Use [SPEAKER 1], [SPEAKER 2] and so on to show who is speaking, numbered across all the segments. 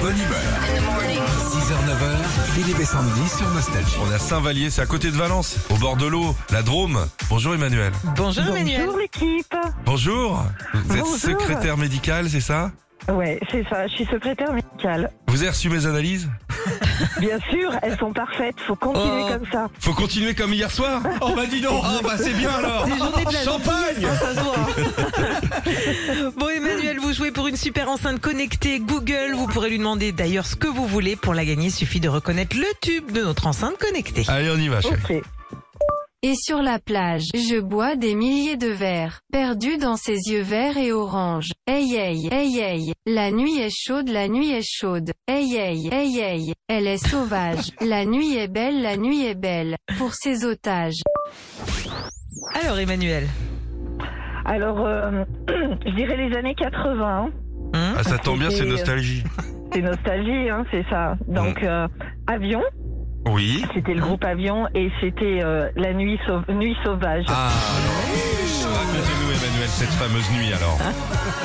[SPEAKER 1] bonne humeur. 6h-9h, Philippe et Sandy sur Nostalgie.
[SPEAKER 2] On est à Saint-Vallier, c'est à côté de Valence, au bord de l'eau, la Drôme. Bonjour Emmanuel.
[SPEAKER 3] Bonjour, Hein, Emmanuel.
[SPEAKER 4] Bonjour l'équipe.
[SPEAKER 2] Bonjour. Vous êtes
[SPEAKER 4] Bonjour.
[SPEAKER 2] secrétaire médical, c'est ça
[SPEAKER 4] Ouais, c'est ça, je suis secrétaire médicale.
[SPEAKER 2] Vous avez reçu mes analyses
[SPEAKER 4] Bien sûr, elles sont parfaites, faut continuer
[SPEAKER 3] Oh.
[SPEAKER 4] comme ça.
[SPEAKER 2] Faut continuer comme hier soir
[SPEAKER 5] Oh bah dis donc, ah bah c'est bien alors.
[SPEAKER 3] C'est journée de la
[SPEAKER 5] Champagne
[SPEAKER 3] gentillesse, hein, ça se voit. Bon Emmanuel, vous jouez pour une super enceinte connectée Google. Vous pourrez lui demander d'ailleurs ce que vous voulez. Pour la gagner, il suffit de reconnaître le tube de notre enceinte connectée.
[SPEAKER 2] Allez, on y va,
[SPEAKER 3] Oh.
[SPEAKER 2] chérie.
[SPEAKER 4] Ok.
[SPEAKER 6] Et sur la plage, je bois des milliers de verres, perdus dans ses yeux verts et oranges. Hey hey, hey hey, la nuit est chaude, la nuit est chaude. Hey hey, hey hey, elle est sauvage. La nuit est belle, la nuit est belle, pour ses otages.
[SPEAKER 3] Alors Emmanuel,
[SPEAKER 4] Alors, euh, je dirais les années 80, hein.
[SPEAKER 3] hein
[SPEAKER 2] Ah, ça tombe bien, c'est nostalgie.
[SPEAKER 4] c'est nostalgie, hein, c'est ça.
[SPEAKER 3] Mm.
[SPEAKER 4] Donc, euh, Avion,
[SPEAKER 2] Oui.
[SPEAKER 4] c'était le groupe Avion et c'était euh, la nuit, sauv- nuit sauvage.
[SPEAKER 2] Ah, alors. Racontez-nous, Emmanuel, cette fameuse nuit alors.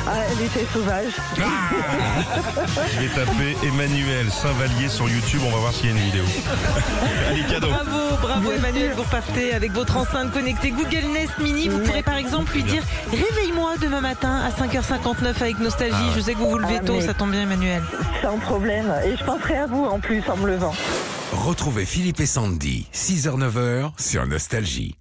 [SPEAKER 4] Ah, elle était sauvage.
[SPEAKER 2] Je vais taper Emmanuel Saint-Vallier sur YouTube, on va voir s'il y a une vidéo. Allez, cadeau.
[SPEAKER 3] Bravo, bravo Emmanuel, vous repartez avec votre enceinte connectée Google Nest Mini. Vous pourrez par exemple lui dire réveille-moi demain matin à 5h59 avec nostalgie. Je sais que vous vous levez
[SPEAKER 4] Ah,
[SPEAKER 3] tôt,
[SPEAKER 4] mais-
[SPEAKER 3] ça tombe bien Emmanuel.
[SPEAKER 4] Sans problème. Et je penserai à vous en plus en me levant.
[SPEAKER 1] Retrouvez Philippe et Sandy, 6h-9h sur Nostalgie.